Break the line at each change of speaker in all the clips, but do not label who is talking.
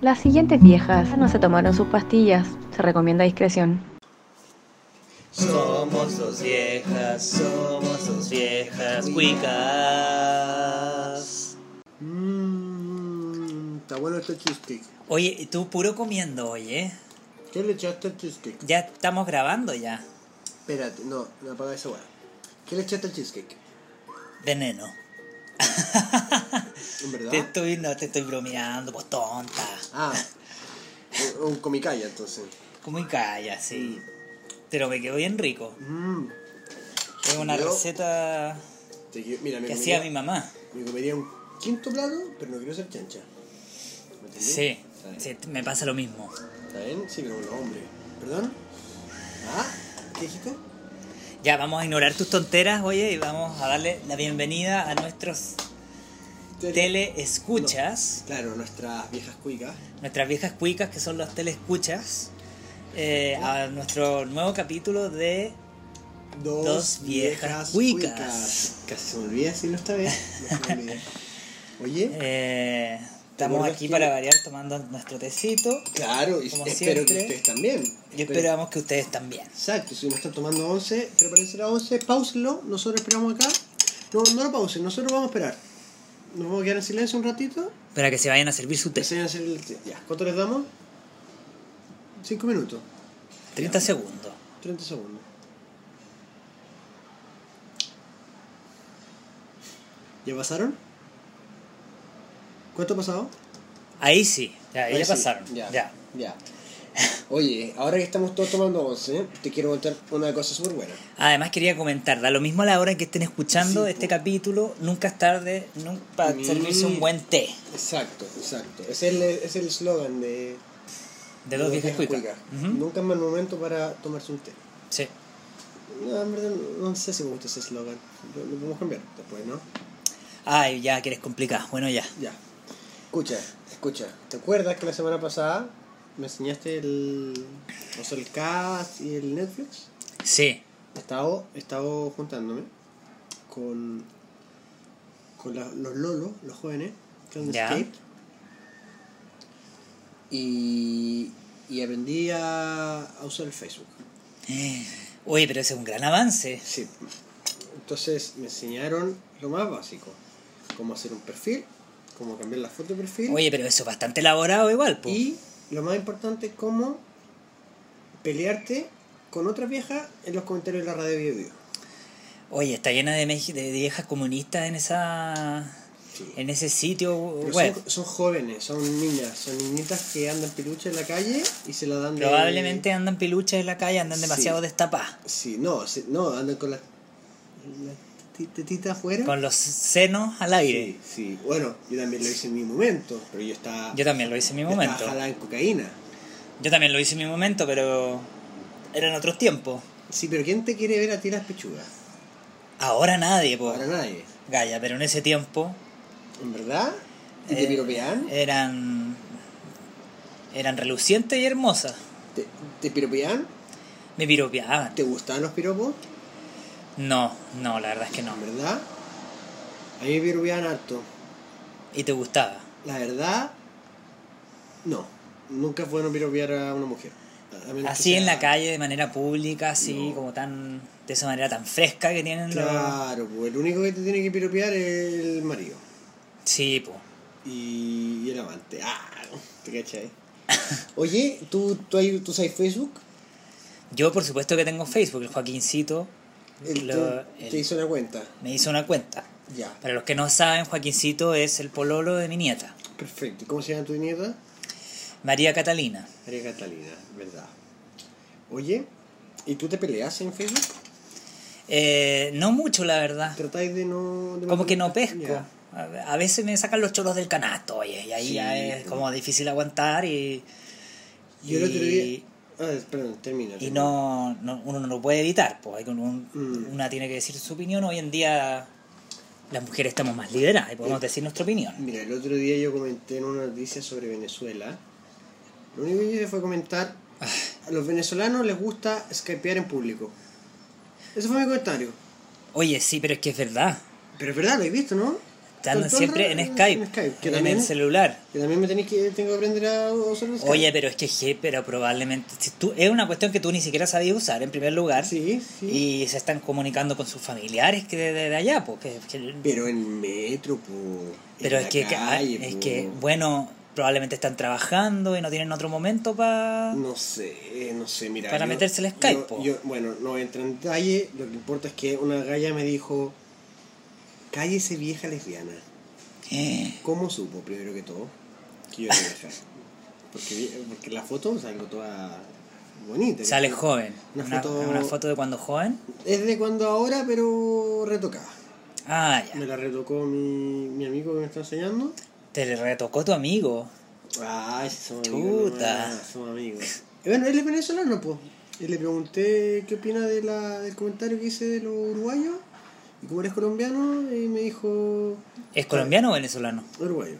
Las siguientes viejas no se tomaron sus pastillas. Se recomienda discreción.
Somos dos viejas, somos dos viejas cuicas.
Mmm, está bueno este cheesecake.
Oye, y tú puro comiendo hoy, ¿eh?
¿Qué le echaste al cheesecake?
Ya estamos grabando ya.
Espérate, no, no apaga esa weá. ¿Qué le echaste al cheesecake?
Veneno.
¿En
Te
verdad?
estoy, no te estoy bromeando, pues tonta.
Ah, un- un comicaya entonces.
Como y calla, sí. Pero me quedó bien rico.
Mmm,
Es una
Yo-
receta
te quiero- mira, me
que hacía mi
comería,
mamá.
me comería un quinto plato, pero no quiero ser chancha. ¿Me entendí?
Sí,
Está bien.
sí, me pasa lo mismo.
¿Está bien? Sí, pero un hombre. ¿Perdón? ¿Ah? ¿Qué dijiste?
Ya, vamos a ignorar tus tonteras, oye, y vamos a darle la bienvenida a nuestros teleescuchas,
Claro, nuestras viejas cuicas.
nuestras viejas cuicas que son los teleescuchas, eh, a nuestro nuevo capítulo de...
Dos,
Dos viejas cuicas.
cuicas. Casi se me olvida decirlo esta vez. No se me olvida. Oye,
eh, estamos
acuerdas
aquí
que-
para variar tomando nuestro tecito
claro, y
como
espero
siempre,
que ustedes también.
y esperamos que ustedes también.
Exacto, si no están tomando 11, prepárense la 11, pausenlo, nosotros esperamos acá. No, no lo pausen, nosotros vamos a esperar. Nos vamos a quedar en silencio un ratito.
Para que se vayan a servir su té.
Desean hacer el... Ya, ¿cuánto les damos? 5 minutos,
30 segundos.
30 segundos. ¿Ya pasaron? ¿Cuánto ha pasado?
Ahí sí, ya, ahí
Ahí
ya
sí,
pasaron.
Ya,
ya.
ya. Oye, ahora que estamos todos tomando once, te quiero contar una cosa súper buena.
Además quería comentar, da lo mismo a la hora en que estén escuchando
Sí,
este
po.
capítulo, nunca es tarde nun- para
Mm.
servirse un buen té
Exacto, exacto. Es el es el eslogan de,
de dos viejas cuicas. Ujú.
Nunca es mal momento para tomarse un té.
Sí.
No, en verdad, no sé si me gusta ese eslogan. Lo, lo podemos cambiar después, ¿no?
Ay, ya que eres complicado. Bueno, ya.
Ya. Escucha, escucha. ¿Te acuerdas que la semana pasada me enseñaste el. O sea, el cast y el Netflix?
Sí.
He estado, he estado juntándome con, con la- los lolos, los jóvenes que han
Ya.
skate. Y, y aprendí a, a usar el Facebook.
Oye, pero ese es un gran avance.
Sí. Entonces me enseñaron lo más básico. Cómo hacer un perfil, cómo cambiar la foto de perfil.
Oye, pero eso es bastante elaborado igual, po.
y lo más importante, cómo pelearte con otras viejas en los comentarios de la radio Bio Bio.
Oye, está llena de, meji- de viejas comunistas en esa
Sí.
en ese sitio
Pero eh,
web.
son, son jóvenes, son niñas, son niñitas que andan peluche en la calle y se la dan de...
Probablemente andan peluches en la calle, andan
Sí.
demasiado destapadas.
Sí, no, sí, no, andan con las la tetitas afuera.
Con los senos al aire.
Sí, sí. Bueno, yo también lo hice en mi momento, pero yo estaba...
Yo también lo hice en mi
yo
momento.
Estaba jalada en cocaína.
Yo también lo hice en mi momento, pero eran otros tiempos.
Sí, pero ¿quién te quiere ver a ti las pechugas?
Ahora nadie, po.
Para nadie.
Gaya, pero en ese tiempo
¿En verdad? ¿Y
Eh,
te piropean?
eran eran relucientes y hermosas.
¿Te, ¿Te piropean?
Me piropeaban.
¿Te gustaban los piropos?
No, no, la verdad es que no.
¿En verdad? A mí me piropeaban harto.
Y te gustaba.
La verdad, no. Nunca es bueno piropear a una mujer. A- a menos que
Así en
sea-
la calle, de manera pública, así,
No.
como tan. de esa manera tan fresca que tienen los.
Claro, pues el único que te tiene que piropear es el marido
Sí, po.
y, y el amante. Ah, te cachai. Oye, ¿tú, tú, hay- tú sabes Facebook?
Yo, por supuesto, que tengo Facebook, el Joaquincito
Él
lo-
te,
el-
te hizo una cuenta.
me hizo una cuenta.
Ya,
Para los que no saben, Joaquincito es el pololo de mi nieta,
perfecto. ¿Cómo se llama tu nieta?
María Catalina.
María Catalina, verdad. Oye, ¿y tú te peleas en Facebook?
Eh, no mucho, la verdad.
¿Tratáis de no...? de
Como que no
mantener-
pesco.
Ya.
A a veces me sacan los cholos del canasto, oye, y ahí
Sí,
ya es
pues.
como difícil aguantar y.
Yo el otro día...
y-
Ah, perdón, termina.
y
termina.
no, no- uno no lo puede evitar, pues hay que un-
Mm.
una tiene que decir su opinión. Hoy en día las mujeres estamos más liberadas y podemos
Mm.
decir nuestra opinión.
Mira, el otro día yo comenté en una noticia sobre Venezuela. Lo único que hice fue comentar,
Ah.
a los venezolanos les gusta skypear en público. Ese fue mi comentario.
Oye, sí, pero es que es verdad.
Pero es verdad, lo he visto, ¿no?
te andan
Control
siempre
re-
en Skype,
en Skype, que
en
también
el
es-
celular.
Que también me tenéis que, tengo que aprender a usar el Skype.
Oye, pero es que, je, pero probablemente, si tú, es una cuestión que tú ni siquiera sabías usar en primer lugar.
Sí, sí.
Y se están comunicando con sus familiares que de, de- de allá, porque
Pero en metro, po.
Pero
en
es
la
que, ca-
calle,
es
po.
que, bueno, probablemente están trabajando y no tienen otro momento para...
No sé, eh, no sé, mira.
Para meterse el Skype,
yo-
po.
yo- bueno, no entro en detalle. Lo que importa es que una galla me dijo: Cállese vieja lesbiana.
Eh,
¿Cómo supo, primero que todo, que yo era vieja? Porque, vi- porque la foto salgo toda bonita.
Sale
¿cachai?
joven.
Una
Una,
foto-
una foto de cuando joven.
Es de cuando ahora, pero retocada.
Ah, ya.
Me la retocó mi, mi amigo que me está enseñando.
Te le retocó tu amigo.
Ay, sí, somos
Chuta.
amigos. nomás, Somos amigos. Y Bueno, él es venezolano, pues. Y le pregunté qué opina de la, del comentario que hice de los uruguayos. Y como eres colombiano, y me dijo.
¿Es colombiano o venezolano?
Uruguayo.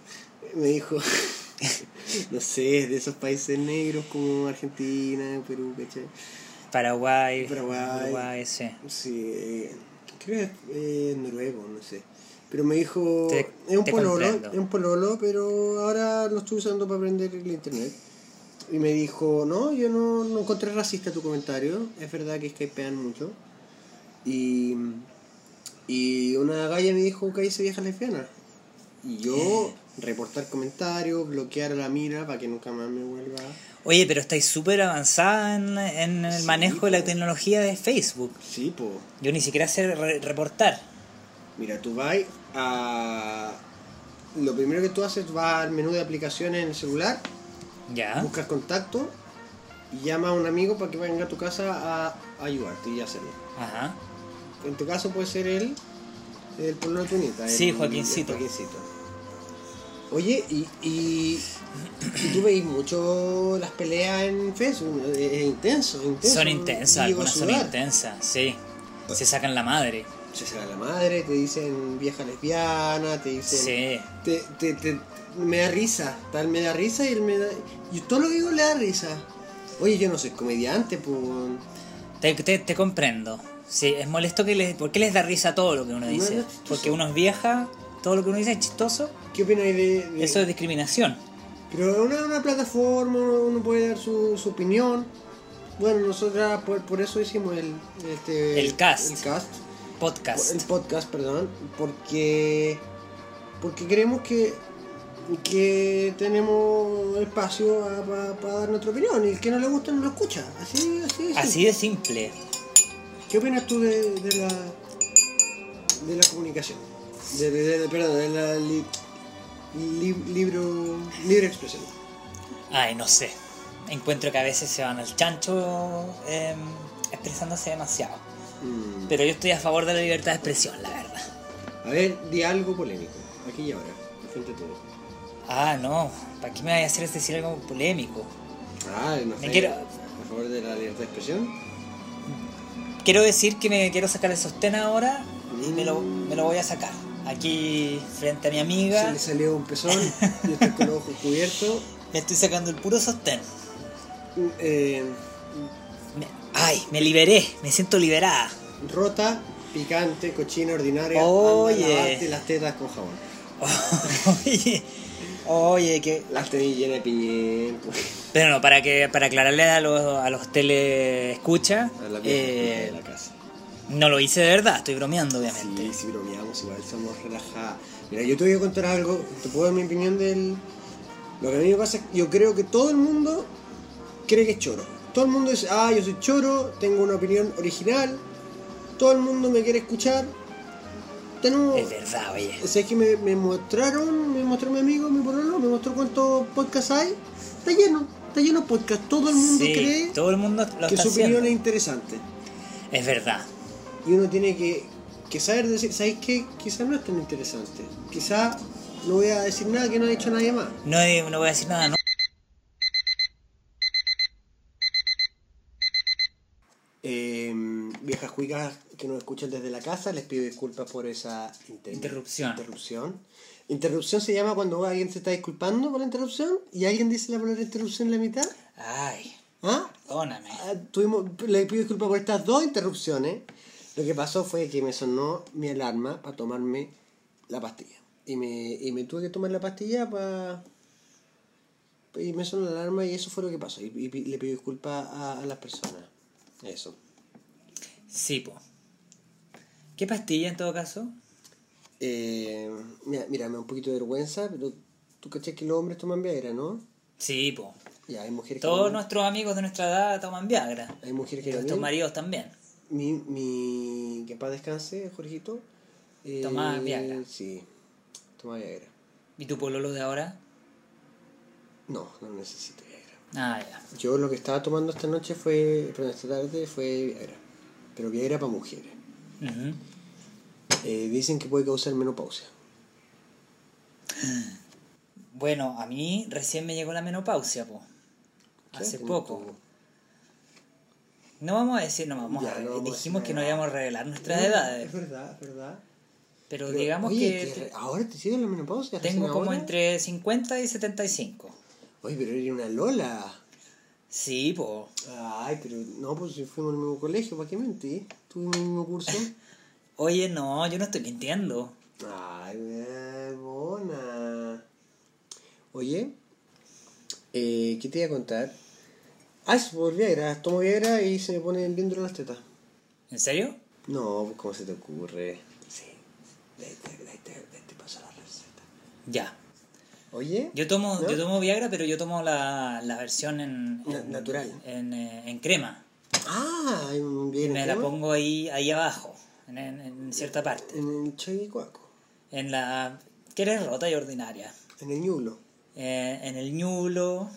Me dijo. no sé, es de esos países negros como Argentina, Perú, ¿cachai?
Paraguay,
Paraguay.
Uruguay, sí.
Sí, eh, creo que es eh, noruego, no sé. Pero me dijo,
Te-
es un
te
pololo,
comprendo.
es un pololo, pero ahora lo estoy usando para aprender el internet. Y me dijo, no, yo no, no encontré racista tu comentario, es verdad que skypean mucho. Y, y una galla me dijo que ahí se vieja lesbiana. Y yo,
Eh.
reportar comentarios, bloquear a la mira para que nunca más me vuelva.
Oye, pero estáis súper avanzada en, en el
Sí, pues.
manejo de la
po.
tecnología de Facebook.
Sí, po.
Yo ni siquiera sé re- reportar.
Mira, tú vas a. Lo primero que tú haces, vas al menú de aplicaciones en el celular,
Ya.
buscas contacto y llamas a un amigo para que venga a tu casa a ayudarte y hacerlo.
Ajá.
En tu caso puede ser el. El pueblo de tu nieta, el-
Sí, Joaquincito.
el Joaquincito. Oye, y, y, y tú veis mucho las peleas en Facebook, es, es intenso, es intenso.
Son intensas,
Digo,
algunas son
sudar. Ah.
intensas, sí. Se sacan la madre.
Se saca la madre, te dicen vieja lesbiana, te dicen.
Sí.
te, te, te- me da risa, tal me da risa y él me da. Y todo lo que digo le da risa. Oye, yo no soy comediante, pues. weón.
Te, te- te comprendo. Sí, es molesto que les... ¿Por qué les da risa todo lo que uno
No,
dice?
no es chistoso.
Porque uno es vieja, todo lo que uno dice es chistoso.
¿Qué opináis de, de-
Eso es discriminación.
Pero es una, una plataforma, uno, uno puede dar su, su opinión. Bueno, nosotras por, por eso hicimos el, este,
El cast.
El cast.
Podcast.
El podcast, perdón, porque porque creemos que que tenemos espacio para dar nuestra opinión y el que no le gusta no lo escucha. Así, así, de
Así de
simple.
simple.
¿Qué opinas tú de, de la de la comunicación? De, de- de- perdón, de la li- li- libro libre expresión.
Ay, no sé. Encuentro que a veces se van al chancho eh, expresándose demasiado.
Mm.
Pero yo estoy a favor de la libertad de expresión, la verdad.
A ver, di algo polémico aquí y ahora, de frente a todo.
Ah, no. ¿Para qué me vaya a hacer decir algo polémico?
Ah, no sé.
Me quiero-
A favor de la libertad de expresión.
Quiero decir que me quiero sacar el sostén ahora y me lo,
Mm.
me lo voy a sacar. Aquí, frente a mi
Se
amiga,
le salió un pezón y está con los ojos cubiertos.
me estoy sacando el puro sostén.
Eh,
Me- ay, me liberé, me siento liberada.
rota, picante, cochina, ordinaria.
Oye.
Anda a lavarte las tetas con jabón.
oye, oye, que...
Las tenis llenas de piñén.
Pero no, para, que, para aclararle a los, a los teleescucha,
A la vieja
eh,
de la casa.
no lo hice de verdad, estoy bromeando, obviamente.
Sí, sí, bromeamos, igual somos relajadas. Mira, yo te voy a contar algo. Te puedo dar mi opinión del. Lo que a mí me pasa es que yo creo que todo el mundo cree que es choro. Todo el mundo dice, ah, yo soy choro, tengo una opinión original. Todo el mundo me quiere escuchar. Tenemos.
Es verdad, oye.
O sea, es que me, me mostraron, me mostró mi amigo, mi pololo, me mostró cuántos podcasts hay. Está lleno, está lleno de podcasts. Todo el mundo
Sí,
cree
todo el mundo lo
que
está
su opinión
haciendo.
es interesante.
Es verdad.
Y uno tiene que, que saber decir, ¿sabéis qué? Quizás no es tan interesante. Quizás no voy a decir nada que no ha dicho nadie más.
No, eh, no voy a decir nada, ¿no?
Eh, viejas cuicas que nos escuchan desde la casa, les pido disculpas por esa inter-
Interrupción.
interrupción. Interrupción se llama cuando alguien se está disculpando por la interrupción y alguien dice la palabra interrupción en la mitad.
Ay,
¿Ah?
perdóname.
Ah, tuvimos, le pido disculpas por estas dos interrupciones. Lo que pasó fue que me sonó mi alarma para tomarme la pastilla. Y me, y me tuve que tomar la pastilla para... Y me sonó la alarma y eso fue lo que pasó. Y, y pi- le pido disculpas a, a las personas. Eso.
Sí, po. ¿Qué pastilla en todo caso?
Eh, mira, mira, me da un poquito de vergüenza, pero tú cachas que los hombres toman Viagra, ¿no?
Sí, po.
Ya, hay mujeres que...
Todos
toman-
nuestros amigos de nuestra edad toman Viagra.
Hay mujeres
Y
que...
nuestros
también.
maridos también.
Mi, mi... Que en paz descanse, Jorgito. Eh,
Tomaba Viagra.
Sí, tomaba Viagra.
¿Y tu pololo de ahora?
No, no necesito Viagra.
Ah, ya.
Yo lo que estaba tomando esta noche fue, perdón, esta tarde fue Viagra. Pero Viagra para mujeres.
Ujú.
Eh, dicen que puede causar menopausia.
Bueno, a mí recién me llegó la menopausia, po. Hace
¿Qué?
poco. No vamos a decir, no vamos
Ya,
a...
no vamos a
Dijimos
decir
que no
nada.
íbamos a revelar nuestras
No,
edades.
Es verdad, es verdad.
Pero,
Pero,
digamos
oye,
que
te- ahora te sigue la menopausia.
tengo
recién
como
ahora?
entre 50 y 75.
Oye, pero eres una Lola.
Sí, po.
Ay, pero no, pues si fuimos al mismo colegio, ¿para qué mentí? Tuvimos el mismo curso.
Oye, no, yo no estoy mintiendo.
Ay, eh, bona. Oye, eh, ¿qué te iba a contar? Ah, eso, por Viagra. Tomo Viagra y se me ponen bien duras las tetas.
¿En serio?
No, pues, ¿cómo se te ocurre? Sí, de ahí te, de ahí te, de ahí te paso la receta.
Ya.
Oye,
Yo tomo,
¿No?
yo tomo Viagra, pero yo tomo la, la versión en,
Na-
en-
natural.
En, eh, en crema.
ah, hay un
Y
Viagra.
me la
¿no?
pongo ahí, ahí abajo, en, en- en cierta parte.
En el Chaguicuaco,
En la que eres rota y ordinaria.
en el Ñulo.
Eh, en el ñulo.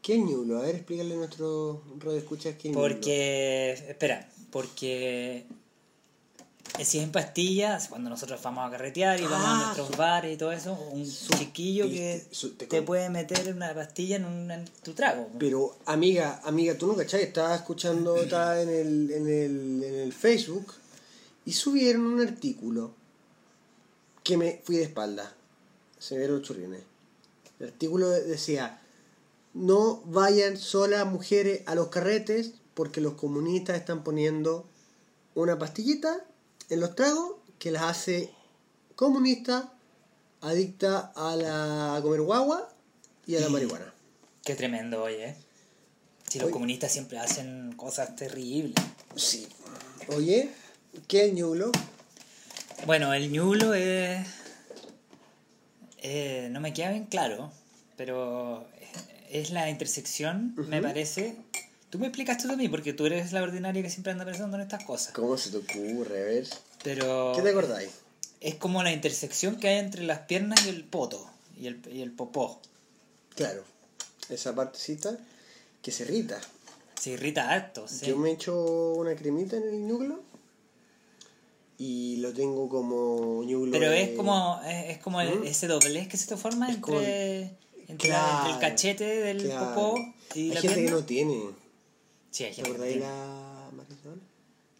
¿Qué es Ñulo? A ver, explícale a nuestro radio escuchas qué es Ñulo.
Porque. Espera, porque. eh, Si es en pastillas, cuando nosotros vamos a carretear y vamos
Ah,
a nuestros bares y todo eso, un chiquillo que
viste, su- te
te,
con-
puede meter una pastilla en, un- en tu trago.
Pero, amiga, amiga, tú no cachai, estaba escuchando, estaba en el, en el, en el Facebook y subieron un artículo que me fui de espalda. Se me vieron los churrines. El artículo decía, no vayan solas mujeres a los carretes porque los comunistas están poniendo una pastillita en los tragos que las hace comunistas, adicta a, la, a comer guagua y a la marihuana.
Qué tremendo, oye. Si los
Oye.
comunistas siempre hacen cosas terribles.
Sí. Oye, ¿qué es ñulo?
Bueno, el ñulo es. eh, no me queda bien claro, pero es la intersección, me
Ujú.
parece. Tú me explicaste tú a mí, porque tú eres la ordinaria que siempre anda pensando en estas cosas.
¿Cómo se te ocurre? A ver.
Pero
¿Qué te acordáis?
es como la intersección que hay entre las piernas y el poto, y el, y el popó.
Claro, esa partecita que se irrita.
Se irrita harto, sí.
Yo me echo una cremita en el ñulo y lo tengo como ñulo.
Pero
de-
es como, es, es como el-
¿Mm?
ese doblez que se te forma
Es como-
entre, entre
Claro,
la- entre el cachete del
Claro.
popó y
Hay
la
gente
pierna.
que no tiene.
Sí, hay
¿Te
gente que no
acordáis
tiene.
la Marisol?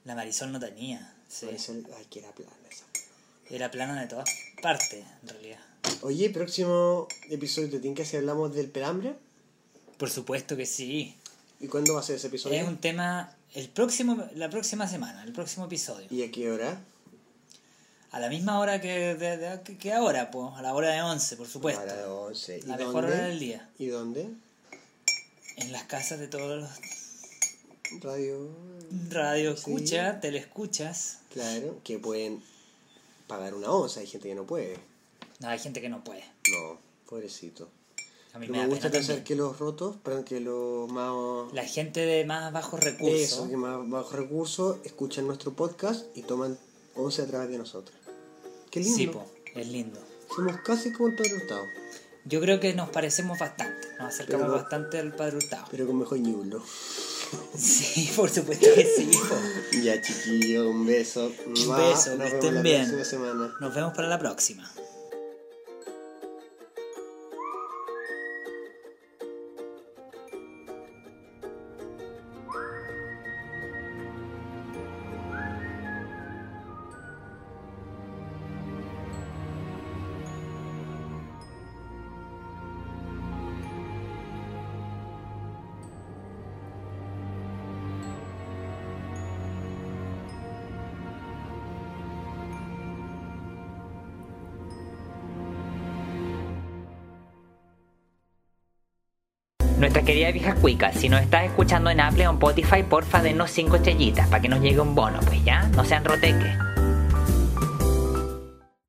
La Marisol no tenía. sí.
Marisol, ay, que era plana esa.
Era plana de todas partes, en realidad.
Oye, próximo episodio de Tinka si hablamos del pelambre.
Por supuesto que sí.
¿Y cuándo va a ser ese episodio?
Es un tema el próximo, la próxima semana, el próximo episodio.
¿Y a qué hora?
A la misma hora que, de- de- que- que ahora, pues, a la hora de 11, por supuesto.
Hora de 11. ¿Y
Pues, La mejor
dónde?
hora del día.
¿Y dónde?
En las casas de todos los
Radio.
radio
Sí.
escucha, teleescuchas.
Claro, que pueden pagar una onza. Hay gente que no puede.
No, hay gente que no puede.
No, pobrecito.
A mí
Pero
me,
me
da
gusta
pena
pensar
también.
que los rotos, perdón, que los más.
La gente de más bajos recursos.
Eso, que más bajos recursos escuchan nuestro podcast y toman once a través de nosotros. Qué lindo.
Sí, po, es lindo.
Somos casi como el Padre Hurtado,
Yo creo que nos parecemos bastante. Nos acercamos
Pero-
bastante al padre Hurtado.
pero con mejor ñulo.
Sí, por supuesto que sí, po.
Ya, chiquillo, un beso.
Un beso,
Nos
que
vemos
estén
la
bien.
próxima semana.
Nos vemos para la próxima. Nuestra querida vieja cuica, si nos estás escuchando en Apple o en Spotify, porfa denos 5 estrellitas para que nos llegue un bono, pues ya, no sean roteques.